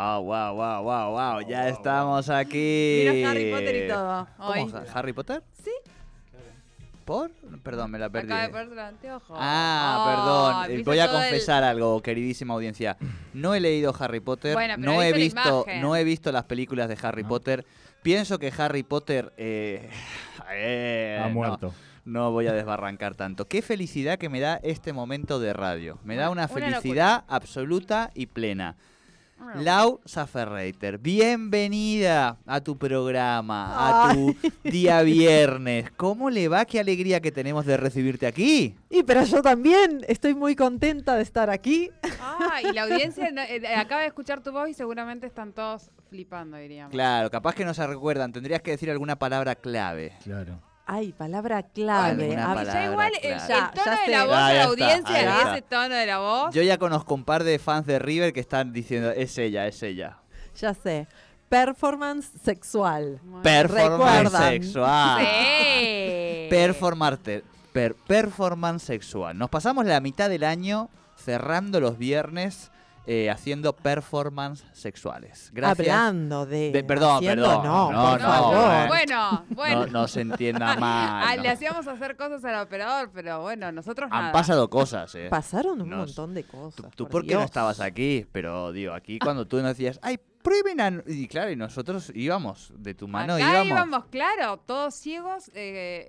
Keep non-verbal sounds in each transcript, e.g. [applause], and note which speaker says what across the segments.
Speaker 1: Ah, wow, wow, wow, wow. Ya
Speaker 2: wow,
Speaker 1: estamos aquí.
Speaker 3: Miró Harry Potter y todo,
Speaker 1: Eh, ¿Cómo?
Speaker 3: hoy.
Speaker 1: ¿Harry Potter?
Speaker 3: Sí.
Speaker 1: ¿Por? Perdón, me la perdí.
Speaker 3: Acaba de perder el anteojo.
Speaker 1: Ah,
Speaker 3: Oh,
Speaker 1: perdón. Eh,
Speaker 3: viste
Speaker 1: Voy a
Speaker 3: todo el-
Speaker 1: confesar algo, queridísima audiencia. No he leído Harry Potter,
Speaker 3: Bueno, pero
Speaker 1: no he
Speaker 3: viste la
Speaker 1: visto,
Speaker 3: imagen.
Speaker 1: no he visto las películas de
Speaker 2: Ah.
Speaker 1: Harry Potter. Pienso que Harry Potter eh, [sighs] eh,
Speaker 2: Ha
Speaker 1: no,
Speaker 2: muerto.
Speaker 1: No voy a desbarrancar tanto. Qué felicidad que me da este momento de radio. Me da una,
Speaker 3: Una locura.
Speaker 1: felicidad absoluta y plena.
Speaker 3: Bueno,
Speaker 1: Lau Saferreiter, bienvenida a tu programa, a tu día viernes. ¿Cómo le va? Qué alegría que tenemos de recibirte aquí.
Speaker 4: Y pero yo también estoy muy contenta de estar aquí.
Speaker 3: Ah, y la audiencia
Speaker 1: [laughs]
Speaker 3: no- eh, acaba de escuchar tu voz y seguramente están todos flipando, diríamos.
Speaker 1: Claro, capaz que no se recuerdan, tendrías que decir alguna palabra clave.
Speaker 2: Claro.
Speaker 4: Ay, palabra clave.
Speaker 1: Alguna
Speaker 4: A-
Speaker 1: palabra.
Speaker 3: Ya igual el,
Speaker 1: claro.
Speaker 3: el
Speaker 4: Ya,
Speaker 3: tono
Speaker 4: ya
Speaker 3: de
Speaker 4: sé.
Speaker 3: la voz
Speaker 1: Ah,
Speaker 3: de
Speaker 1: ya
Speaker 3: la
Speaker 1: está,
Speaker 3: audiencia,
Speaker 1: ahí
Speaker 3: ese tono de la voz.
Speaker 1: Yo ya conozco un par de fans de River que están diciendo, es ella, es ella.
Speaker 4: ya sé. Performance sexual.
Speaker 3: Muy bien.
Speaker 1: Performance
Speaker 4: Recuerdan.
Speaker 1: sexual.
Speaker 3: Sí.
Speaker 1: [laughs] Performarte, per- performance sexual. Nos pasamos la mitad del año cerrando los viernes eh, haciendo performance sexuales. Gracias.
Speaker 4: Hablando de.
Speaker 1: De- perdón,
Speaker 4: haciendo,
Speaker 1: perdón,
Speaker 4: No,
Speaker 1: no,
Speaker 4: por
Speaker 1: no,
Speaker 4: favor.
Speaker 1: eh.
Speaker 3: Bueno, bueno.
Speaker 1: No, no se entienda
Speaker 3: Ah,
Speaker 1: mal.
Speaker 3: Le
Speaker 1: no.
Speaker 3: hacíamos hacer cosas al operador, pero bueno, nosotros
Speaker 1: Han
Speaker 3: nada.
Speaker 1: pasado cosas, eh.
Speaker 4: Pasaron un
Speaker 1: Nos-
Speaker 4: montón de
Speaker 1: Tú,
Speaker 4: cosas.
Speaker 1: tú
Speaker 4: por
Speaker 1: por qué no
Speaker 4: Dios.
Speaker 1: estabas aquí, pero digo, aquí cuando tú nos decías, ay, prueben a... Y claro, y nosotros íbamos, de tu mano
Speaker 3: Acá
Speaker 1: íbamos.
Speaker 3: claro, todos ciegos, eh,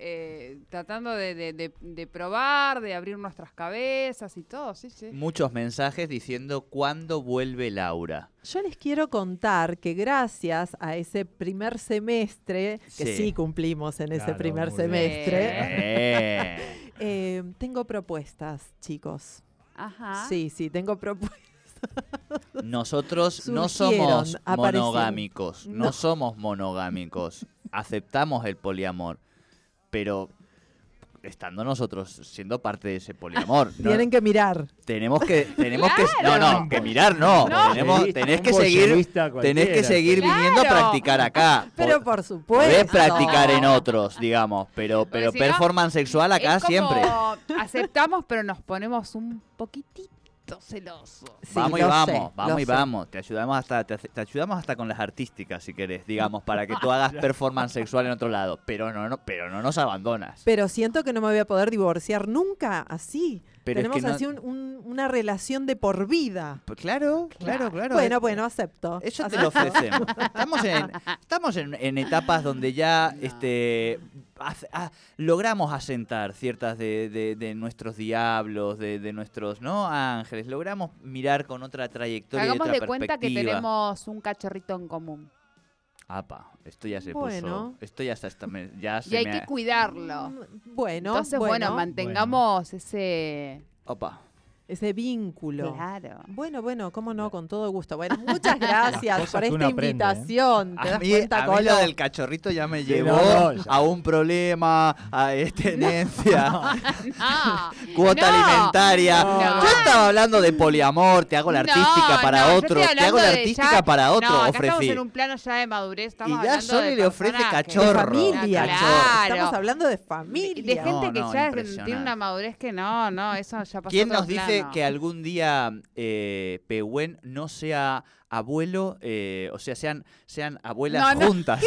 Speaker 3: eh, tratando de, de- de- de probar, de abrir nuestras cabezas y todo, sí, sí.
Speaker 1: Muchos mensajes diciendo, ¿cuándo vuelve Laura?
Speaker 4: Yo les quiero contar que gracias a ese primer semestre, que
Speaker 1: Sí.
Speaker 4: sí, cumplimos en ese
Speaker 2: Claro,
Speaker 4: primer
Speaker 2: muy bien.
Speaker 4: semestre,
Speaker 1: Eh.
Speaker 4: eh, tengo propuestas, chicos.
Speaker 3: Ajá.
Speaker 4: Sí, sí, tengo propuestas.
Speaker 1: Nosotros no
Speaker 4: Surgieron,
Speaker 1: somos
Speaker 4: aparecieron.
Speaker 1: monogámicos, no.
Speaker 4: No.
Speaker 1: somos monogámicos. Aceptamos el poliamor, pero estando nosotros siendo parte de ese poliamor, ¿no?
Speaker 4: Tienen que mirar.
Speaker 1: tenemos que tenemos que no, no, que mirar no,
Speaker 3: No.
Speaker 1: Tenemos-
Speaker 2: Un
Speaker 1: tenés que
Speaker 2: bollerista
Speaker 1: seguir tenés
Speaker 2: cualquiera.
Speaker 1: que seguir
Speaker 3: Claro.
Speaker 1: viniendo a practicar acá.
Speaker 4: Pero
Speaker 1: Po-
Speaker 4: por supuesto.
Speaker 1: podés practicar en otros, digamos, pero
Speaker 3: Porque
Speaker 1: pero
Speaker 3: si no,
Speaker 1: performance sexual acá
Speaker 3: Es como
Speaker 1: siempre.
Speaker 3: Aceptamos, pero nos ponemos un poquitito celosos.
Speaker 4: Sí,
Speaker 1: vamos y
Speaker 4: lo
Speaker 1: vamos,
Speaker 4: sé, lo
Speaker 1: vamos y
Speaker 4: sé.
Speaker 1: vamos. Te ayudamos hasta te, te ayudamos hasta con las artísticas si querés, digamos, para que tú
Speaker 4: [laughs]
Speaker 1: hagas performance sexual en otro lado, pero no, no pero no nos abandonas.
Speaker 4: Pero siento que no me voy a poder divorciar nunca así.
Speaker 1: Pero es
Speaker 4: Tenemos
Speaker 1: que no-
Speaker 4: así un- un- una relación de por vida.
Speaker 1: Claro, claro, claro.
Speaker 4: bueno,
Speaker 1: Es-
Speaker 4: bueno, acepto.
Speaker 1: Eso te lo
Speaker 4: [laughs]
Speaker 1: ofrecemos. Estamos en, estamos en, en etapas donde ya este, hace- ah, logramos asentar ciertas de, de- de nuestros diablos, de, de nuestros no ángeles. Logramos mirar con otra trayectoria. y
Speaker 3: Hagamos
Speaker 1: otra
Speaker 3: de cuenta que
Speaker 1: perspectiva.
Speaker 3: tenemos un cachorrito en común.
Speaker 1: Apa, esto ya se
Speaker 4: Bueno.
Speaker 1: puso. Esto ya, está, está- me- ya
Speaker 3: Y
Speaker 1: se
Speaker 3: hay
Speaker 1: me
Speaker 3: que
Speaker 1: ha-
Speaker 3: cuidarlo.
Speaker 4: Mm, Bueno,
Speaker 3: Entonces, bueno,
Speaker 4: bueno,
Speaker 3: mantengamos ese...
Speaker 1: Opa.
Speaker 4: ese vínculo.
Speaker 3: Claro.
Speaker 4: Bueno, bueno, cómo no, con todo gusto. Bueno, muchas gracias
Speaker 2: cosas
Speaker 4: por
Speaker 2: que
Speaker 4: esta
Speaker 2: uno aprende, ¿eh?
Speaker 4: invitación. ¿Te
Speaker 1: A
Speaker 4: das
Speaker 1: mí,
Speaker 4: cuenta,
Speaker 1: a mí lo
Speaker 4: Colo?
Speaker 1: del cachorrito ya me
Speaker 2: Sí,
Speaker 1: llevó
Speaker 2: no, no, ya.
Speaker 1: a un problema, a
Speaker 3: [laughs]
Speaker 1: eh, tenencia,
Speaker 3: Ah,
Speaker 1: cuota
Speaker 3: no.
Speaker 1: alimentaria.
Speaker 3: No.
Speaker 1: Yo estaba hablando de poliamor, te hago la
Speaker 3: No,
Speaker 1: artística para
Speaker 3: no, yo
Speaker 1: otro,
Speaker 3: estoy
Speaker 1: te hago
Speaker 3: hablando
Speaker 1: la
Speaker 3: de
Speaker 1: artística
Speaker 3: ya-
Speaker 1: para otro,
Speaker 3: no, acá Estamos
Speaker 1: ofrecí.
Speaker 3: en un plano ya de madurez. Estamos
Speaker 1: Y ya
Speaker 3: hablando
Speaker 1: Sole
Speaker 3: de
Speaker 1: le ofrece
Speaker 3: personajes.
Speaker 1: cachorro.
Speaker 4: De familia.
Speaker 3: Claro.
Speaker 4: Estamos hablando de
Speaker 3: De,
Speaker 4: familia.
Speaker 3: de gente
Speaker 1: No,
Speaker 3: que
Speaker 1: no,
Speaker 3: ya
Speaker 1: impresionante.
Speaker 3: tiene una madurez que no, no, eso ya pasó.
Speaker 1: ¿Quién
Speaker 3: a otro
Speaker 1: nos dice
Speaker 3: [laughs] plano.
Speaker 1: que algún día eh, Pehuen no sea abuelo, eh, o sea, sean, sean abuelas
Speaker 3: No,
Speaker 1: [laughs]
Speaker 3: no.
Speaker 1: juntas?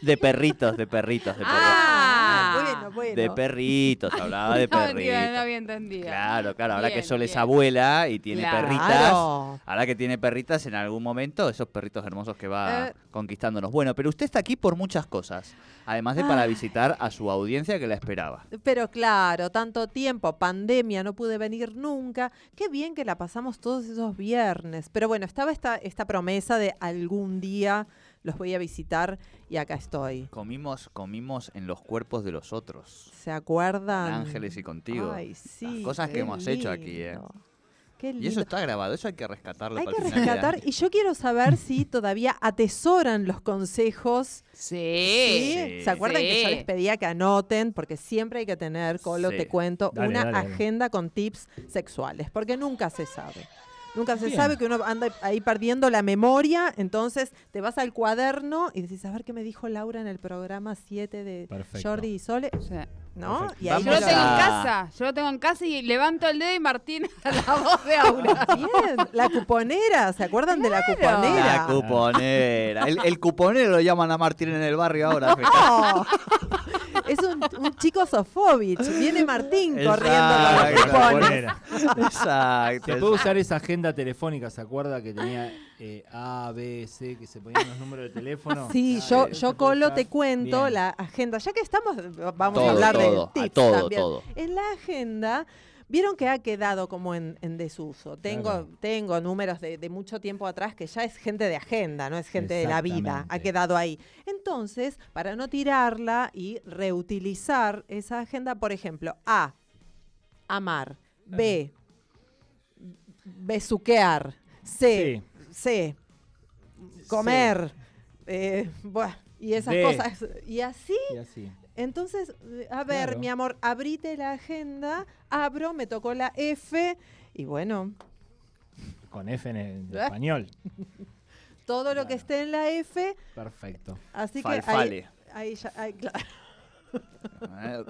Speaker 1: De perritos, de perritos, de perritos.
Speaker 3: Ah,
Speaker 4: Ah, bueno, bueno.
Speaker 1: de perritos, hablaba
Speaker 4: [laughs]
Speaker 1: de
Speaker 3: No, mentira, no
Speaker 1: perritos.
Speaker 3: había entendido.
Speaker 1: Claro, claro, ahora que
Speaker 3: Bien,
Speaker 1: Sol es
Speaker 3: bien.
Speaker 1: abuela y tiene
Speaker 3: Claro.
Speaker 1: perritas,
Speaker 4: Claro.
Speaker 1: ahora que tiene perritas en algún momento, esos perritos hermosos que va
Speaker 4: Eh.
Speaker 1: conquistándonos. Bueno, pero usted está aquí por muchas cosas, además de para
Speaker 4: Ay.
Speaker 1: visitar a su audiencia que la esperaba.
Speaker 4: Pero claro, tanto tiempo, pandemia, no pude venir nunca. Qué bien que la pasamos todos esos viernes. Pero bueno, estaba esta, esta promesa de algún día los voy a visitar y acá estoy.
Speaker 1: Comimos, comimos en los cuerpos de los otros.
Speaker 4: ¿Se
Speaker 1: Con
Speaker 4: acuerdan?
Speaker 1: Ángeles y contigo.
Speaker 4: Ay, sí.
Speaker 1: Las cosas que
Speaker 4: qué
Speaker 1: hemos hecho aquí, ¿eh?
Speaker 4: lindo. Qué
Speaker 1: Y eso
Speaker 4: lindo.
Speaker 1: está grabado, eso hay que rescatarlo.
Speaker 4: Hay
Speaker 1: para
Speaker 4: que
Speaker 1: el final del
Speaker 4: rescatar.
Speaker 1: año.
Speaker 4: Y yo quiero saber si todavía atesoran los consejos
Speaker 3: Sí.
Speaker 4: Sí, ¿Se acuerdan que yo
Speaker 3: Sí.
Speaker 4: les pedía que anoten? Porque siempre hay que tener, Colo,
Speaker 1: Sí.
Speaker 4: te cuento,
Speaker 2: Dale,
Speaker 4: una
Speaker 2: dale, dale.
Speaker 4: agenda con tips sexuales, porque nunca se sabe. Nunca se
Speaker 2: Bien.
Speaker 4: sabe que uno anda ahí perdiendo la memoria, entonces te vas al cuaderno y decís, a ver qué me dijo Laura en el programa 7 de
Speaker 2: Perfecto.
Speaker 4: Jordi y Sole,
Speaker 3: O sea,
Speaker 4: ¿no?
Speaker 2: Perfecto.
Speaker 4: Y ahí
Speaker 3: yo
Speaker 1: Vamos
Speaker 3: lo
Speaker 4: lo-
Speaker 3: tengo en
Speaker 1: a-
Speaker 3: casa, yo lo tengo en casa y levanto el dedo y
Speaker 4: [laughs]
Speaker 3: Martín a la voz de Aura.
Speaker 4: Bien, la cuponera, ¿se acuerdan de la cuponera?
Speaker 1: La [laughs] cuponera. El, el cuponero lo llaman a Martín en el barrio
Speaker 4: [laughs]
Speaker 1: ahora.
Speaker 4: Oh. Es un, un chico Sofovich. Viene Martín corriendo
Speaker 1: Exacto.
Speaker 4: con los cupones.
Speaker 2: Ponera.
Speaker 1: Exacto.
Speaker 2: Se puede usar esa agenda telefónica, ¿se acuerda que tenía eh, A, B, C, que se ponían los números de teléfono?
Speaker 4: [laughs] Sí,
Speaker 2: Ah,
Speaker 4: yo,
Speaker 2: eh,
Speaker 4: yo
Speaker 2: se puede
Speaker 4: Colo
Speaker 2: usar.
Speaker 4: te cuento
Speaker 2: Bien.
Speaker 4: la agenda. Ya que estamos, vamos
Speaker 1: Todo,
Speaker 4: a hablar
Speaker 1: todo,
Speaker 4: de
Speaker 1: a
Speaker 4: tips
Speaker 1: todo,
Speaker 4: también.
Speaker 1: todo.
Speaker 4: En la agenda, vieron que ha quedado como en, en desuso. Tengo,
Speaker 2: Claro.
Speaker 4: tengo números de, de mucho tiempo atrás que ya es gente de agenda, no es gente de la vida. Ha
Speaker 2: Exactamente.
Speaker 4: quedado ahí. Entonces, para no tirarla y reutilizar esa agenda, por ejemplo, A, amar. B, besuquear.
Speaker 2: Sí.
Speaker 4: C, C, comer, eh, buah, y esas
Speaker 2: De.
Speaker 4: cosas. Y así,
Speaker 2: Y así.
Speaker 4: entonces, eh, a ver,
Speaker 2: Claro.
Speaker 4: mi amor, abrite la agenda, abro, me tocó la F, y bueno,
Speaker 2: Con F en, el- en
Speaker 4: Ah.
Speaker 2: español.
Speaker 4: todo lo que
Speaker 2: Claro.
Speaker 4: esté en la F,
Speaker 2: Perfecto.
Speaker 4: así
Speaker 1: Falfale.
Speaker 4: que ahí- ahí, ya, ahí, claro.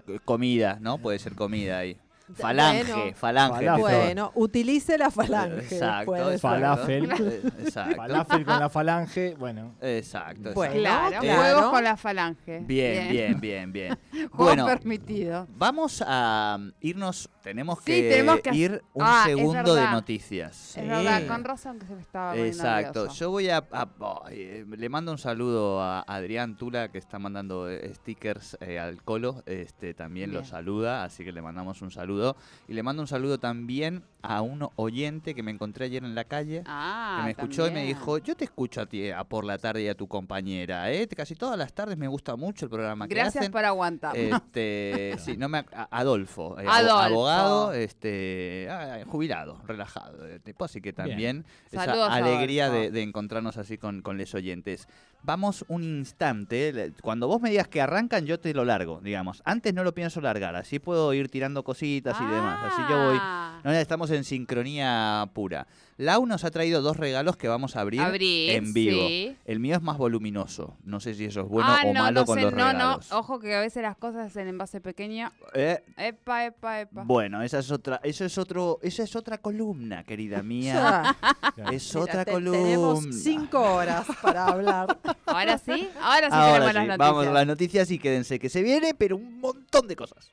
Speaker 1: Eh, Comida, ¿no? Puede ser comida ahí. Falange,
Speaker 4: Bueno.
Speaker 1: falange.
Speaker 2: Falafel.
Speaker 4: [laughs] Bueno, utilice la falange.
Speaker 1: Exacto.
Speaker 4: puede ser.
Speaker 1: exacto.
Speaker 2: Falafel.
Speaker 1: Eh, Exacto.
Speaker 2: Falafel con la falange, bueno.
Speaker 1: Exacto. exacto.
Speaker 4: Bueno.
Speaker 3: Claro,
Speaker 1: claro.
Speaker 3: juegos con la falange.
Speaker 1: Bien, bien, bien, bien.
Speaker 3: [laughs] Juego
Speaker 1: Bueno,
Speaker 3: permitido.
Speaker 1: vamos a um, irnos. Tenemos
Speaker 3: Sí,
Speaker 1: que
Speaker 3: tenemos que-
Speaker 1: ir un
Speaker 3: Ah, es
Speaker 1: segundo de
Speaker 3: verdad.
Speaker 1: noticias.
Speaker 3: Es
Speaker 4: Sí.
Speaker 3: verdad, con razón que se me estaba poniendo
Speaker 1: Exacto.
Speaker 3: nervioso.
Speaker 1: Yo voy a, a- ay, eh, le mando un saludo a Adrián Tula que está mandando eh, stickers eh, al Colo. Este también lo
Speaker 3: Bien.
Speaker 1: saluda, así que le mandamos un saludo y le mando un saludo también a un oyente que me encontré ayer en la calle.
Speaker 3: Ah,
Speaker 1: que me escuchó y me
Speaker 3: también.
Speaker 1: dijo, yo te escucho a ti, a por la tarde y a tu compañera, ¿eh? Casi todas las tardes me gusta mucho el programa que
Speaker 3: Gracias
Speaker 1: hacen".
Speaker 3: por aguantar. [laughs]
Speaker 1: Este, sí, no me ac- a- Adolfo, eh, abo-
Speaker 3: Adolfo.
Speaker 1: abogado, este, ah, jubilado, relajado, eh, tipo, así que también esa
Speaker 3: Saludos,
Speaker 1: alegría de,
Speaker 3: Adolfo.
Speaker 1: de encontrarnos así con, con los oyentes. Vamos un instante, le- cuando vos me digas que arrancan, yo te lo largo, digamos. Antes no lo pienso largar, así puedo ir tirando cositas y demás, así yo voy.
Speaker 3: Ah,
Speaker 1: No, ya estamos en sincronía pura. Lau nos ha traído dos regalos que vamos a abrir,
Speaker 3: Abrir,
Speaker 1: en vivo.
Speaker 3: sí.
Speaker 1: El mío es más voluminoso. No sé si eso es bueno
Speaker 3: ah,
Speaker 1: o
Speaker 3: no,
Speaker 1: malo
Speaker 3: no
Speaker 1: con
Speaker 3: sé,
Speaker 1: los
Speaker 3: no, no.
Speaker 1: regalos.
Speaker 3: Ojo que a veces las cosas en envase pequeño.
Speaker 1: Eh,
Speaker 3: Epa, epa, epa.
Speaker 1: Bueno, esa es otra, eso es otro, esa es otra columna, querida mía.
Speaker 4: [laughs] Ya,
Speaker 1: Es
Speaker 4: mira,
Speaker 1: otra
Speaker 4: te-
Speaker 1: columna.
Speaker 4: Tenemos cinco horas para hablar.
Speaker 3: Ahora sí, ahora sí
Speaker 1: Ahora
Speaker 3: tenemos
Speaker 1: sí,
Speaker 3: las noticias.
Speaker 1: vamos a las noticias y quédense que se viene, pero un montón de cosas.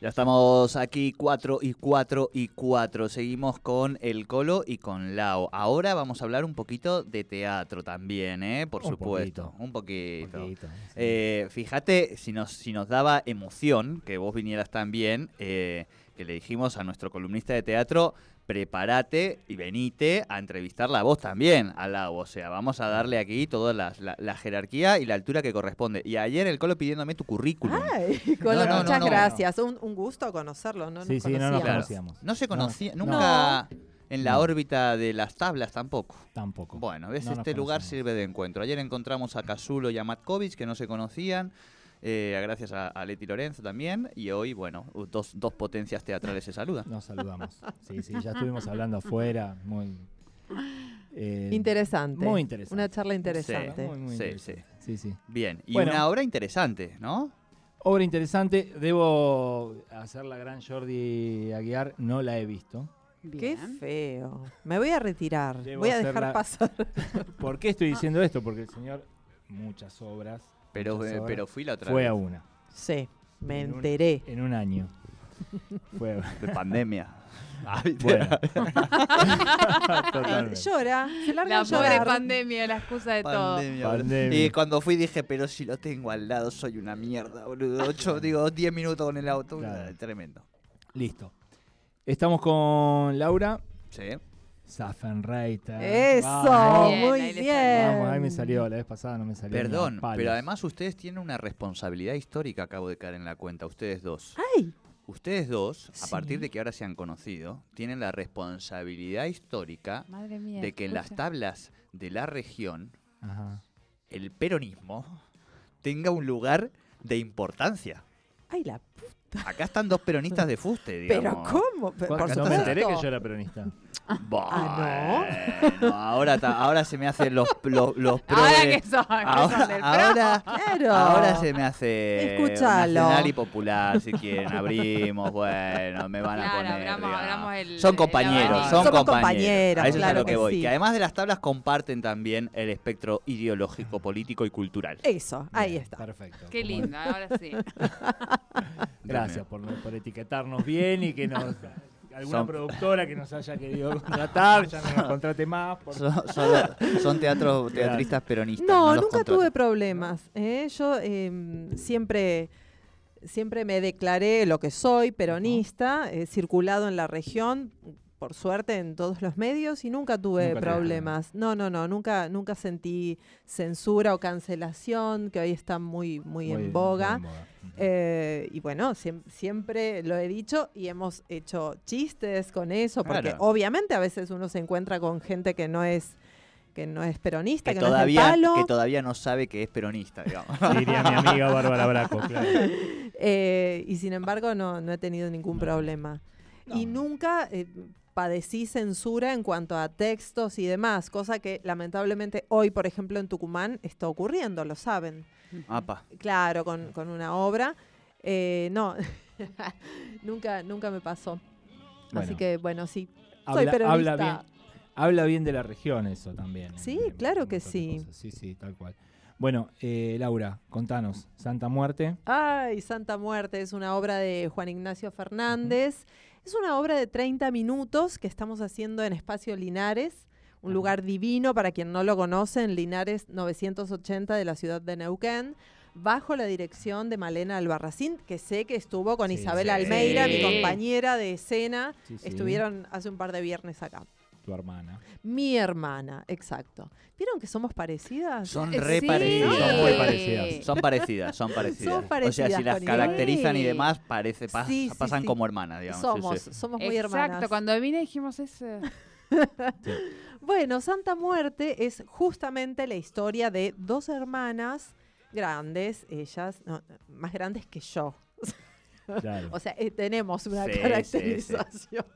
Speaker 1: Ya estamos aquí 4 y 4 y 4. Seguimos con El Colo y con Lao. Ahora vamos a hablar un poquito de teatro también, ¿eh? Por
Speaker 2: Un
Speaker 1: supuesto.
Speaker 2: poquito.
Speaker 1: Un poquito.
Speaker 2: Poquito, sí.
Speaker 1: Eh, fíjate, si nos, si nos daba emoción que vos vinieras también, eh, que le dijimos a nuestro columnista de teatro, prepárate y venite a entrevistarla a vos también, al lado. O sea, vamos a darle aquí toda la, la- la jerarquía y la altura que corresponde. Y ayer el Colo pidiéndome tu currículum.
Speaker 2: Ah,
Speaker 4: Ay, Colo,
Speaker 1: No, no, no,
Speaker 4: muchas
Speaker 1: no.
Speaker 4: gracias. Un, un gusto conocerlo. No
Speaker 2: Sí,
Speaker 4: nos
Speaker 2: sí, no nos
Speaker 4: conocíamos.
Speaker 2: conocíamos.
Speaker 1: No se conocía,
Speaker 2: No,
Speaker 1: nunca en la
Speaker 2: No.
Speaker 1: órbita de las tablas tampoco.
Speaker 2: Tampoco.
Speaker 1: Bueno, ¿ves?
Speaker 2: No nos
Speaker 1: este lugar
Speaker 2: conocíamos.
Speaker 1: sirve de encuentro. Ayer encontramos a Casulo y a Matkovic, que no se conocían, eh, gracias a, a Leti Lorenzo también, y hoy, bueno, dos, dos potencias teatrales se saludan.
Speaker 2: Nos saludamos. Sí, sí, ya estuvimos hablando afuera. Muy. eh,
Speaker 4: Interesante.
Speaker 2: Muy interesante.
Speaker 4: Una charla
Speaker 2: Muy,
Speaker 4: interesante.
Speaker 2: muy
Speaker 1: Sí,
Speaker 2: interesante. Sí, sí.
Speaker 1: Bien, y
Speaker 2: Bueno.
Speaker 1: una obra interesante, ¿no?
Speaker 2: Obra interesante. Debo hacer la gran Jordi Aguiar. No la he visto.
Speaker 4: Qué
Speaker 3: Bien.
Speaker 4: feo. Me voy a retirar.
Speaker 2: Debo
Speaker 4: voy a
Speaker 2: hacer
Speaker 4: dejar
Speaker 2: la-
Speaker 4: pasar.
Speaker 2: ¿Por qué estoy diciendo esto? Porque el señor, muchas obras,
Speaker 1: Pero,
Speaker 2: Muchas
Speaker 1: eh,
Speaker 2: obras.
Speaker 1: pero fui la otra
Speaker 2: fue
Speaker 1: vez,
Speaker 2: a una.
Speaker 4: Sí, me
Speaker 2: En un-
Speaker 4: enteré.
Speaker 2: En
Speaker 1: [laughs]
Speaker 2: un año. Fue a-
Speaker 1: de pandemia. [laughs] Ah, ¿viste?
Speaker 2: Bueno.
Speaker 1: [laughs]
Speaker 4: Ay,
Speaker 2: Totalmente.
Speaker 4: llora. Se larga
Speaker 3: La
Speaker 4: a
Speaker 3: pobre
Speaker 4: llorar.
Speaker 3: pandemia, la excusa de todo.
Speaker 1: Pandemia,
Speaker 2: todo.
Speaker 1: boludo.
Speaker 2: Pandemia.
Speaker 1: Y cuando fui dije, pero si lo tengo al lado soy una mierda, boludo. Ocho, digo, diez minutos con el auto. Eh,
Speaker 2: Claro.
Speaker 1: Tremendo.
Speaker 2: Listo. Estamos con Laura
Speaker 1: Sí.
Speaker 2: Safenreiter.
Speaker 4: Eso,
Speaker 2: Vamos.
Speaker 3: Bien,
Speaker 4: muy
Speaker 3: ahí le
Speaker 4: bien.
Speaker 2: Vamos, ahí me salió, la vez pasada no me salió. ni a
Speaker 1: Perdón,
Speaker 2: palos.
Speaker 1: pero además ustedes tienen una responsabilidad histórica, acabo de caer en la cuenta, ustedes dos.
Speaker 4: Ay,
Speaker 1: Ustedes dos, a partir
Speaker 4: Sí.
Speaker 1: de que ahora se han conocido, tienen la responsabilidad histórica
Speaker 3: Madre mía.
Speaker 1: de que en las
Speaker 3: escucha.
Speaker 1: tablas de la región
Speaker 2: Ajá.
Speaker 1: el peronismo tenga un lugar de importancia.
Speaker 4: ay, la.
Speaker 1: Acá están dos peronistas de fuste,
Speaker 3: [laughs]
Speaker 4: Pero
Speaker 1: digamos.
Speaker 4: cómo, Pe- por
Speaker 2: No me enteré que
Speaker 4: supuesto.
Speaker 2: yo era peronista.
Speaker 4: Ah,
Speaker 1: Bueno, ahora, ta- ahora se me hacen los, los, los
Speaker 3: [laughs] Ahora
Speaker 1: progres.
Speaker 3: que son, que son del pro.
Speaker 1: Ahora- ahora-
Speaker 4: Claro.
Speaker 1: Ahora se me hace
Speaker 4: Escúchalo.
Speaker 1: nacional y popular, si quieren. Abrimos, bueno, me van a
Speaker 3: Claro,
Speaker 1: poner.
Speaker 3: abramos-
Speaker 1: digamos.
Speaker 3: abramos el-
Speaker 1: son
Speaker 3: el
Speaker 1: compañeros,
Speaker 3: abanico.
Speaker 1: son
Speaker 4: Somos
Speaker 1: compañeros.
Speaker 4: compañeros,
Speaker 1: A eso es a
Speaker 4: claro
Speaker 1: lo que,
Speaker 4: que
Speaker 1: voy.
Speaker 4: sí.
Speaker 1: Que además de las tablas comparten también el espectro ideológico, político y cultural.
Speaker 4: Eso, ahí
Speaker 2: Bien,
Speaker 4: está.
Speaker 2: Perfecto.
Speaker 3: Qué
Speaker 2: Como-
Speaker 3: lindo, ahora sí.
Speaker 2: Gracias por, por etiquetarnos bien y que [laughs] nos. Alguna
Speaker 1: Son-
Speaker 2: productora que nos haya querido contratar, ya no nos contrate más. por-
Speaker 1: Son, son- son teatros, teatristas peronistas.
Speaker 4: No,
Speaker 1: los
Speaker 4: nunca
Speaker 1: contratan.
Speaker 4: tuve problemas. ¿eh? Yo em, siempre, siempre me declaré lo que soy, peronista, he circulado en la región, por suerte en todos los medios, y nunca tuve
Speaker 2: Nunca tuviste
Speaker 4: problemas. No, no, no, nunca, nunca sentí censura o cancelación, que hoy está muy, muy,
Speaker 2: Muy-
Speaker 4: en boga.
Speaker 2: muy en boga. [laughs]
Speaker 4: Eh, y bueno, siem- siempre lo he dicho y hemos hecho chistes con eso, porque
Speaker 1: Claro.
Speaker 4: obviamente a veces uno se encuentra con gente que no es que no es peronista,
Speaker 1: Que
Speaker 4: que, no es
Speaker 1: todavía,
Speaker 4: del palo.
Speaker 1: que todavía no sabe que es peronista, digamos.
Speaker 2: Diría mi amiga Bárbara Braco,
Speaker 4: [laughs]
Speaker 2: claro.
Speaker 4: Eh, y sin embargo no, no he tenido ningún
Speaker 2: No.
Speaker 4: problema. Y
Speaker 2: No.
Speaker 4: nunca eh, padecí censura en cuanto a textos y demás, cosa que lamentablemente hoy, por ejemplo, en Tucumán está ocurriendo, lo saben.
Speaker 1: Apa.
Speaker 4: Claro, con, con una obra. Eh, no, [laughs] nunca, nunca me pasó. Así
Speaker 2: Bueno.
Speaker 4: que bueno, sí. Soy
Speaker 2: Habla,
Speaker 4: peronista.
Speaker 2: habla bien, habla bien de la región eso también.
Speaker 4: Sí,
Speaker 2: entre
Speaker 4: claro
Speaker 2: un
Speaker 4: que
Speaker 2: montón de
Speaker 4: sí.
Speaker 2: cosas. Sí, sí, tal cual. Bueno, eh, Laura, contanos. Santa Muerte.
Speaker 4: Ay, Santa Muerte es una obra de Juan Ignacio Fernández. Es una obra de 30 minutos que estamos haciendo en Espacio Linares, un
Speaker 2: Ajá.
Speaker 4: lugar divino para quien no lo conoce, en Linares 980 de la ciudad de Neuquén, bajo la dirección de Malena Albarracín, que sé que estuvo con
Speaker 2: Sí,
Speaker 4: Isabel
Speaker 2: sí.
Speaker 4: Almeida, mi
Speaker 3: Sí.
Speaker 4: compañera de escena.
Speaker 2: Sí, sí,
Speaker 4: Estuvieron hace un par de viernes acá.
Speaker 2: Tu hermana.
Speaker 4: Mi hermana, exacto. ¿Vieron que somos parecidas?
Speaker 1: Son [laughs]
Speaker 3: Eh,
Speaker 1: re
Speaker 3: sí.
Speaker 1: parecidos.
Speaker 2: Son muy parecidas.
Speaker 1: Son parecidas, son parecidas.
Speaker 4: Eh, Son
Speaker 1: O sea,
Speaker 4: parecidas,
Speaker 1: si las
Speaker 4: Connie.
Speaker 1: caracterizan y
Speaker 3: Sí.
Speaker 1: demás, parece pas-
Speaker 4: Sí, sí,
Speaker 1: pasan
Speaker 4: sí.
Speaker 1: como hermanas, digamos. sí,
Speaker 4: somos,
Speaker 1: sí.
Speaker 4: somos muy hermanas.
Speaker 3: Exacto, cuando vine dijimos
Speaker 4: [laughs]
Speaker 3: eso.
Speaker 4: Bueno, Santa Muerte es justamente la historia de dos hermanas grandes, ellas, no, más grandes que yo.
Speaker 2: Claro.
Speaker 4: [laughs] O sea, eh, tenemos una
Speaker 1: Sí, sí, sí.
Speaker 4: caracterización.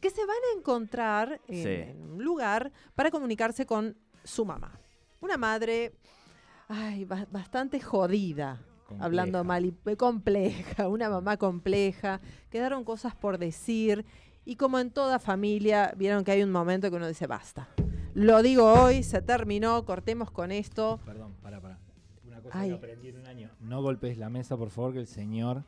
Speaker 4: Que se van a encontrar en,
Speaker 1: Sí.
Speaker 4: en un lugar para comunicarse con su mamá. Una madre ay, ba- bastante jodida,
Speaker 2: Compleja.
Speaker 4: hablando mal y eh, compleja, [laughs] una mamá compleja, quedaron cosas por decir y como en toda familia vieron que hay un momento que uno dice basta. Lo digo hoy, se terminó, cortemos con esto.
Speaker 2: Perdón, para, para. Una cosa
Speaker 4: Ay.
Speaker 2: que aprendí en un año. No golpees la mesa, por favor, que el señor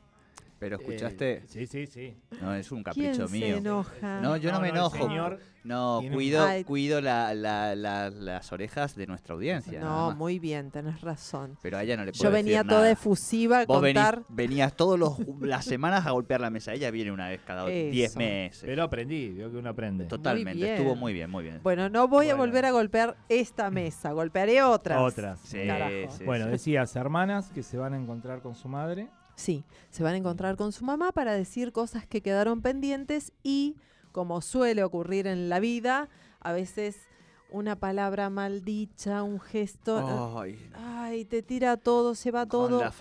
Speaker 1: ¿Pero escuchaste?
Speaker 2: Eh, sí, sí, sí.
Speaker 1: No, es un
Speaker 4: ¿Quién
Speaker 1: capricho
Speaker 4: se
Speaker 1: mío.
Speaker 4: enoja?
Speaker 1: No, yo no,
Speaker 2: No,
Speaker 1: me
Speaker 2: no, el
Speaker 1: enojo.
Speaker 2: señor
Speaker 1: no,
Speaker 2: tiene un-
Speaker 1: cuido,
Speaker 4: Ay.
Speaker 1: cuido la- la- la- las orejas de nuestra audiencia. nada
Speaker 4: No,
Speaker 1: más.
Speaker 4: muy bien, tenés razón.
Speaker 1: Pero a ella no le puedo
Speaker 4: Yo
Speaker 1: decir
Speaker 4: venía
Speaker 1: nada.
Speaker 4: toda efusiva a
Speaker 1: Vos venís-
Speaker 4: contar.
Speaker 1: venías todas
Speaker 4: [laughs]
Speaker 1: las semanas a golpear la mesa. Ella viene una vez cada
Speaker 4: Eso.
Speaker 1: 10 meses.
Speaker 2: Pero aprendí, veo que uno aprende.
Speaker 1: Totalmente.
Speaker 4: bien.
Speaker 1: Estuvo muy bien, muy bien.
Speaker 4: Bueno, no voy a
Speaker 2: Bueno.
Speaker 4: volver a golpear esta mesa, golpearé otras.
Speaker 2: Otras.
Speaker 1: Sí,
Speaker 4: carajo.
Speaker 1: sí,
Speaker 2: Bueno,
Speaker 1: sí.
Speaker 2: decías, hermanas que se van a encontrar con su madre.
Speaker 4: Sí, se van a encontrar con su mamá para decir cosas que quedaron pendientes y, como suele ocurrir en la vida, a veces una palabra maldicha, un gesto, eh,
Speaker 1: Ay,
Speaker 4: ay, te tira todo, se va
Speaker 1: Oh. con
Speaker 4: todo.
Speaker 1: la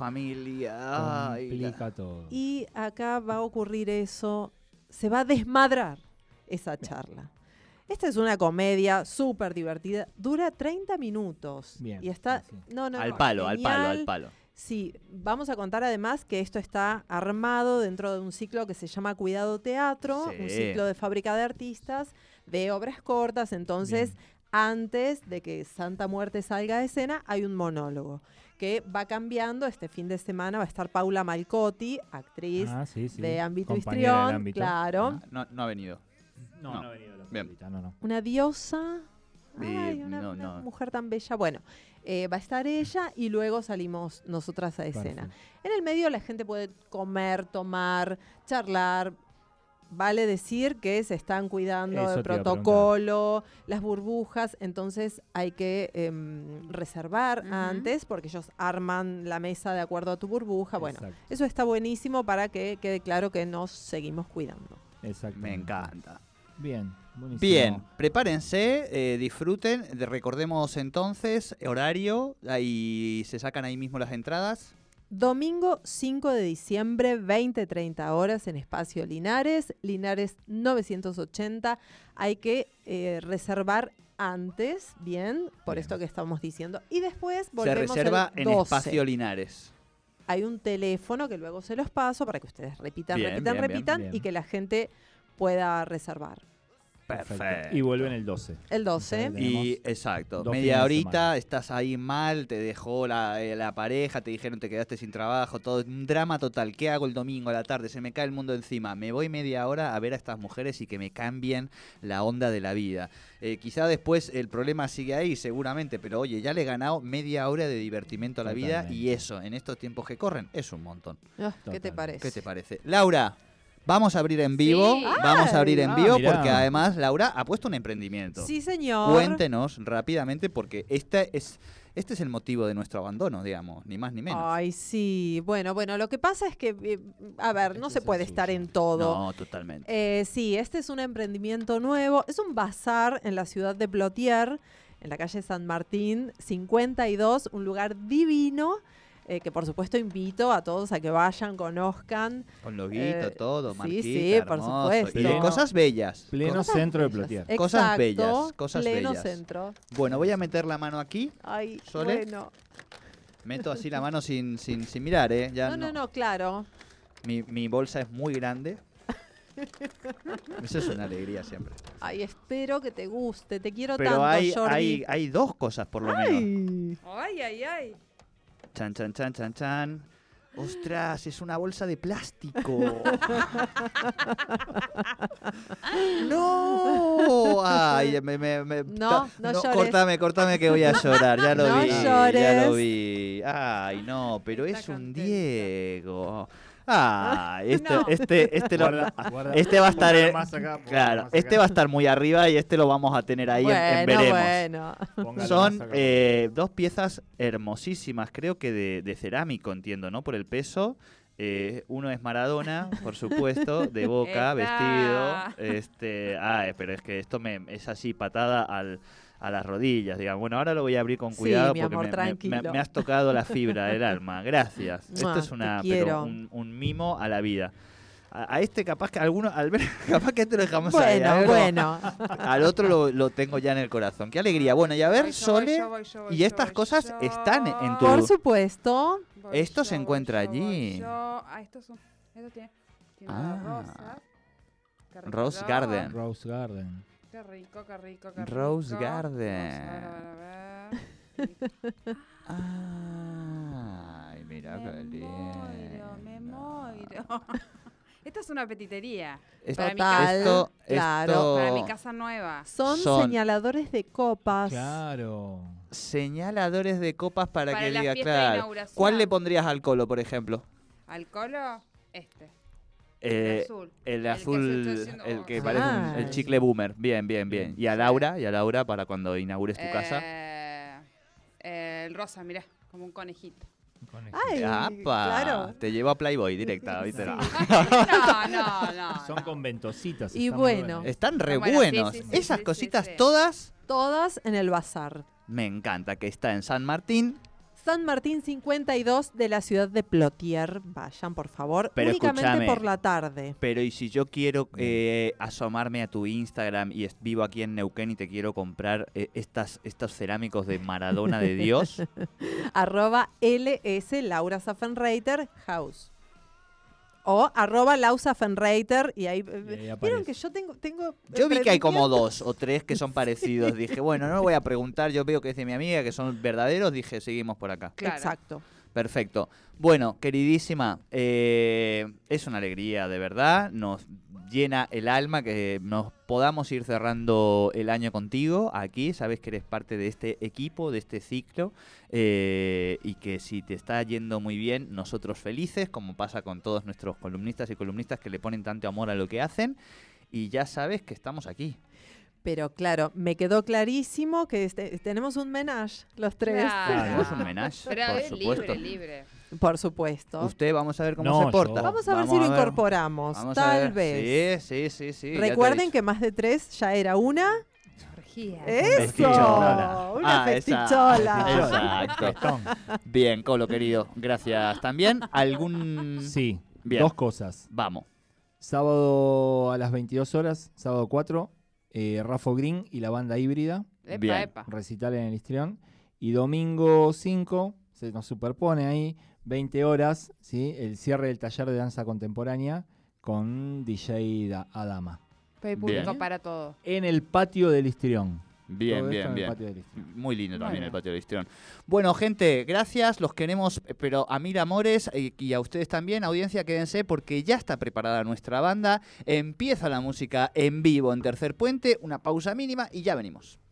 Speaker 1: familia. ay, la-
Speaker 2: Complica todo.
Speaker 4: Y acá va a ocurrir eso, se va a desmadrar esa charla. Esta es una comedia súper divertida, dura 30 minutos.
Speaker 2: Bien,
Speaker 4: Y está...
Speaker 2: sí, sí.
Speaker 4: No, no,
Speaker 1: al
Speaker 4: no,
Speaker 1: palo, al palo, al
Speaker 4: genial.
Speaker 1: palo.
Speaker 4: Sí, vamos a contar además que esto está armado dentro de un ciclo que se llama Cuidado Teatro,
Speaker 1: Sí.
Speaker 4: un ciclo de fábrica de artistas, de obras cortas. Entonces, antes de que Santa Muerte salga de escena, hay un monólogo que va cambiando. Este fin de semana va a estar Paula Malcotti, actriz
Speaker 2: Ah, sí, sí.
Speaker 4: de ámbito
Speaker 2: Compañera del
Speaker 4: histrión,
Speaker 2: ámbito.
Speaker 4: claro.
Speaker 1: Ah, No, no ha venido.
Speaker 2: No,
Speaker 1: No.
Speaker 2: no, ha venido la
Speaker 1: Bien.
Speaker 2: Paulita, no, no.
Speaker 4: Una diosa.
Speaker 1: Eh,
Speaker 4: Ay, una,
Speaker 1: no,
Speaker 4: una
Speaker 1: no.
Speaker 4: mujer tan bella. Bueno, eh, va a estar ella y luego salimos nosotras a escena.
Speaker 2: Perfecto.
Speaker 4: En el medio la gente puede comer, tomar, charlar. Vale decir que se están cuidando
Speaker 2: Eso
Speaker 4: del
Speaker 2: te iba a
Speaker 4: protocolo, las burbujas, entonces hay que em, reservar
Speaker 3: Ujú.
Speaker 4: antes porque ellos arman la mesa de acuerdo a tu burbuja. Ah, Bueno,
Speaker 2: Exacto,
Speaker 4: eso está buenísimo para que quede claro que nos seguimos cuidando.
Speaker 2: exactamente.
Speaker 1: Me encanta.
Speaker 2: Bien, buenísimo.
Speaker 1: Bien, prepárense, eh, disfruten. de- Recordemos entonces, horario, ahí se sacan ahí mismo las entradas.
Speaker 4: Domingo 5 de diciembre, 20-30 horas en Espacio Linares, Linares 980. Hay que eh, reservar antes, bien, por
Speaker 1: Bien.
Speaker 4: esto que estamos diciendo. Y después
Speaker 1: Se
Speaker 4: volvemos
Speaker 1: reserva
Speaker 4: el
Speaker 1: en
Speaker 4: 12.
Speaker 1: Espacio Linares.
Speaker 4: Hay un teléfono que luego se los paso para que ustedes repitan,
Speaker 1: Bien, bien,
Speaker 4: repitan,
Speaker 1: bien,
Speaker 4: repitan
Speaker 2: bien.
Speaker 4: y que la gente pueda reservar.
Speaker 1: Perfecto.
Speaker 2: Y vuelven el 12.
Speaker 4: El 12.
Speaker 2: Excelente.
Speaker 1: Y
Speaker 2: Tenemos
Speaker 1: exacto,
Speaker 2: dos fines
Speaker 1: media
Speaker 2: de
Speaker 1: horita,
Speaker 2: semana.
Speaker 1: estás ahí mal, te dejó la, eh, la pareja, te dijeron te quedaste sin trabajo, todo un drama total. ¿Qué hago el domingo a la tarde? Se me cae el mundo encima. Me voy media hora a ver a estas mujeres y que me cambien la onda de la vida. Eh, quizá después el problema sigue ahí, seguramente, pero oye, ya le he ganado media hora de divertimento a la vida y
Speaker 2: Totalmente.
Speaker 1: eso, en estos tiempos que corren, es un montón.
Speaker 4: Ah, ¿Qué te
Speaker 2: Totalmente.
Speaker 4: parece?
Speaker 1: ¿Qué te parece? Laura. Vamos a abrir en vivo, vamos a abrir en
Speaker 2: Ah,
Speaker 1: vivo
Speaker 2: mirá.
Speaker 1: porque además Laura ha puesto un emprendimiento.
Speaker 4: Sí, señor.
Speaker 1: Cuéntenos rápidamente, porque esta es, este es el motivo de nuestro abandono, digamos, ni más ni menos.
Speaker 4: Ay, sí. Bueno, bueno, lo que pasa es que, eh, a ver, no
Speaker 2: Este
Speaker 4: se
Speaker 2: es el
Speaker 4: puede estar
Speaker 2: suyo.
Speaker 4: en todo.
Speaker 1: No, totalmente.
Speaker 4: Eh, sí, este es un emprendimiento nuevo. Es un bazar en la ciudad de Plotier, en la calle San Martín 52, un lugar divino. eh, que por supuesto invito a todos a que vayan, conozcan.
Speaker 1: Con loguito,
Speaker 4: eh,
Speaker 1: todo,
Speaker 4: sí,
Speaker 1: marquita,
Speaker 4: sí, por
Speaker 1: hermoso.
Speaker 4: supuesto.
Speaker 1: Y de cosas bellas.
Speaker 2: Pleno
Speaker 1: Cosas-
Speaker 2: centro de Plotier.
Speaker 1: Cosas
Speaker 4: Exacto,
Speaker 1: bellas, cosas
Speaker 4: pleno
Speaker 1: bellas.
Speaker 4: centro.
Speaker 1: Bueno, voy a meter la mano aquí.
Speaker 4: Ay,
Speaker 1: ¿Sole?
Speaker 4: bueno.
Speaker 1: Meto así la mano sin, sin, sin mirar, ¿eh? Ya
Speaker 4: No, no, no, claro.
Speaker 1: Mi, mi bolsa es muy grande. Eso es una alegría siempre.
Speaker 4: Ay, espero que te guste. Te quiero
Speaker 1: Pero
Speaker 4: tanto,
Speaker 1: hay,
Speaker 4: Jordi.
Speaker 1: hay, hay dos cosas por lo menos.
Speaker 4: Ay.
Speaker 3: Ay, ay, ay.
Speaker 1: Chan, chan, chan, chan, chan. Ostras, es una bolsa de plástico.
Speaker 4: [laughs]
Speaker 1: no. Ay, me, me- me-
Speaker 4: No, no llores.
Speaker 1: Cortame, cortame que voy a llorar. Ya lo
Speaker 4: [laughs] No
Speaker 1: vi. Ya
Speaker 4: llores.
Speaker 1: lo vi. Ay, no, pero
Speaker 3: Está
Speaker 1: es un
Speaker 3: contenta.
Speaker 1: Diego. Ay,
Speaker 4: [laughs]
Speaker 1: este,
Speaker 3: No.
Speaker 1: este, este lo- [laughs]
Speaker 2: Guarda, guarda.
Speaker 1: Este va a estar
Speaker 2: Póngalo
Speaker 1: en-
Speaker 2: más acá, póngalo
Speaker 1: Claro,
Speaker 2: más acá.
Speaker 1: este va a estar muy arriba y este lo vamos a tener ahí en- en,
Speaker 4: bueno,
Speaker 1: veremos.
Speaker 4: bueno.
Speaker 2: Póngalo
Speaker 1: Son
Speaker 2: más acá.
Speaker 1: eh, dos piezas hermosísimas, creo que de, de cerámico, entiendo, ¿no? Por el peso. Eh, uno es Maradona, por supuesto,
Speaker 4: [laughs]
Speaker 1: de boca,
Speaker 3: Epa.
Speaker 1: vestido. Este, ay, pero es que esto me, es así patada al, a las rodillas, digamos. Bueno, ahora lo voy a abrir con
Speaker 4: Sí,
Speaker 1: cuidado
Speaker 4: mi
Speaker 1: porque
Speaker 4: amor,
Speaker 1: me- me,
Speaker 4: tranquilo.
Speaker 1: me- me has tocado la fibra
Speaker 4: [laughs]
Speaker 1: del alma. Gracias.
Speaker 4: Mua,
Speaker 1: Esto es
Speaker 4: te
Speaker 1: una,
Speaker 4: quiero.
Speaker 1: pero un, un mimo a la vida. A, a este capaz que alguno, al ver, [laughs] capaz que este lo dejamos ahí. a
Speaker 4: Bueno,
Speaker 1: ver, [laughs]
Speaker 4: bueno.
Speaker 1: Al otro lo, lo tengo ya en el corazón. Qué alegría. Bueno, y a ver,
Speaker 3: Voy yo, voy
Speaker 1: Sole.
Speaker 3: yo, voy yo, voy
Speaker 1: y
Speaker 3: yo,
Speaker 1: estas
Speaker 3: voy
Speaker 1: cosas
Speaker 3: yo.
Speaker 1: están en tu-
Speaker 4: Por supuesto.
Speaker 3: Voy
Speaker 1: Esto se
Speaker 3: voy
Speaker 1: encuentra
Speaker 3: voy
Speaker 1: allí.
Speaker 3: yo. Ah, esto es un- esto tiene, tiene unas
Speaker 1: Ah.
Speaker 3: rosas. Qué rico.
Speaker 1: Rose Garden.
Speaker 2: Rose Garden.
Speaker 3: Qué rico, qué rico, qué rico.
Speaker 1: Rose
Speaker 3: Vamos a ver,
Speaker 1: Garden.
Speaker 3: a ver, a ver.
Speaker 1: Ay, mira [laughs]
Speaker 3: Me
Speaker 1: qué Ah,
Speaker 3: muero,
Speaker 1: lindo.
Speaker 3: me muero. [laughs] Claro. Esta es una petitería.
Speaker 1: Es-
Speaker 3: Para mi
Speaker 4: Total,
Speaker 1: esto,
Speaker 4: claro.
Speaker 1: esto
Speaker 3: para mi casa nueva.
Speaker 4: Son,
Speaker 1: Son-
Speaker 4: señaladores de copas.
Speaker 2: Claro.
Speaker 1: señaladores de copas para,
Speaker 3: Para
Speaker 1: que
Speaker 3: la
Speaker 1: diga,
Speaker 3: fiesta de
Speaker 1: claro.
Speaker 3: inauguración.
Speaker 1: ¿Cuál le pondrías al colo, por ejemplo?
Speaker 3: Al colo, este.
Speaker 1: Eh,
Speaker 3: azul.
Speaker 1: El
Speaker 3: que
Speaker 1: azul,
Speaker 3: se
Speaker 1: el
Speaker 3: está
Speaker 1: que,
Speaker 3: haciendo-
Speaker 1: parece un-
Speaker 4: Ay.
Speaker 1: el chicle boomer. Bien, bien, bien. Y a Laura, y a Laura para cuando inaugures tu casa.
Speaker 3: Eh, eh, el rosa, mirá, como un conejito.
Speaker 2: Con este. esto.
Speaker 4: Ay,
Speaker 1: ¡Apa!
Speaker 4: claro.
Speaker 1: Te llevo a Playboy
Speaker 3: [laughs]
Speaker 1: directa, ¿viste? No.
Speaker 3: Ah, no, no, no.
Speaker 2: Son
Speaker 3: no.
Speaker 2: conventositas.
Speaker 4: Y
Speaker 2: están muy
Speaker 4: bueno.
Speaker 2: buenas.
Speaker 1: Están re
Speaker 3: Bueno, sí,
Speaker 1: buenos.
Speaker 3: sí, sí,
Speaker 1: Esas
Speaker 3: sí, sí,
Speaker 1: cositas
Speaker 3: sí.
Speaker 1: todas
Speaker 4: Todas en el bazar.
Speaker 1: me encanta que está en San Martín.
Speaker 4: San Martín 52 de la ciudad de Plotier. Vayan, por favor.
Speaker 1: Pero
Speaker 4: únicamente
Speaker 1: escúchame.
Speaker 4: por la tarde.
Speaker 1: Pero y si yo quiero eh, asomarme a tu Instagram y es- vivo aquí en Neuquén y te quiero comprar eh, estas, estos cerámicos de Maradona de Dios,
Speaker 4: Arroba LS Laura Safenreiter House. O arroba Lausa Fenreiter y ahí. eh,
Speaker 2: ahí
Speaker 4: Vieron
Speaker 2: aparece.
Speaker 4: que yo tengo. tengo
Speaker 1: Yo vi que hay como
Speaker 4: emprendimiento?
Speaker 1: dos o tres que son parecidos. Dije, bueno, no me voy a preguntar, yo veo que es de mi amiga, que son verdaderos. Dije, seguimos por acá.
Speaker 3: Claro.
Speaker 4: Exacto.
Speaker 1: Perfecto. Bueno, queridísima, eh, es una alegría, de verdad. Nos llena el alma que nos podamos ir cerrando el año contigo aquí. Sabes que eres parte de este equipo, de este ciclo. eh, y que si te está yendo muy bien, nosotros felices, como pasa con todos nuestros columnistas y columnistas que le ponen tanto amor a lo que hacen. Y ya sabes que estamos aquí.
Speaker 4: Pero claro, me quedó clarísimo que este- tenemos un menage los tres.
Speaker 3: Claro.
Speaker 1: Claro, Ah, es un menage,
Speaker 3: Pero
Speaker 1: por
Speaker 3: es
Speaker 1: supuesto.
Speaker 3: libre, libre.
Speaker 4: Por supuesto.
Speaker 1: Usted vamos a ver cómo
Speaker 2: No,
Speaker 1: se porta.
Speaker 2: yo-
Speaker 4: Vamos a ver si lo incorporamos.
Speaker 1: vamos a
Speaker 4: Tal
Speaker 1: ver.
Speaker 4: vez.
Speaker 1: Sí, sí, sí, sí. ya te he
Speaker 4: Recuerden
Speaker 1: dicho.
Speaker 4: que más de tres ya era una.
Speaker 3: Orgía.
Speaker 4: ¡Eso!
Speaker 2: festichola.
Speaker 4: Una
Speaker 1: Ah, esa. [laughs]
Speaker 4: festichola.
Speaker 1: Exacto.
Speaker 2: Festón.
Speaker 1: Bien, Colo querido. Gracias también. [laughs] ¿Algún
Speaker 2: Sí.
Speaker 1: Bien.
Speaker 2: Dos cosas.
Speaker 1: Vamos.
Speaker 2: Sábado a las 22 horas, sábado 4, eh, Rafa Green y la banda híbrida,
Speaker 3: Epa,
Speaker 1: Bien.
Speaker 3: epa.
Speaker 2: recital en el Histrión. Y domingo 5, se nos superpone ahí, 20 horas, ¿sí? el cierre del taller de danza contemporánea con DJ Da- Adama.
Speaker 3: Pero hay público
Speaker 1: Bien.
Speaker 3: para todo.
Speaker 2: En el patio del Histrión.
Speaker 1: Bien,
Speaker 2: Todo esto
Speaker 1: bien,
Speaker 2: en el
Speaker 1: bien.
Speaker 2: patio del Histrión.
Speaker 1: Muy lindo también
Speaker 3: Bueno.
Speaker 1: el patio de Histrión. Bueno, gente, gracias, los queremos, eh, pero a mil amores eh, y a ustedes también, audiencia, quédense porque ya está preparada nuestra banda. Empieza la música en vivo en Tercer Puente, una pausa mínima y ya venimos.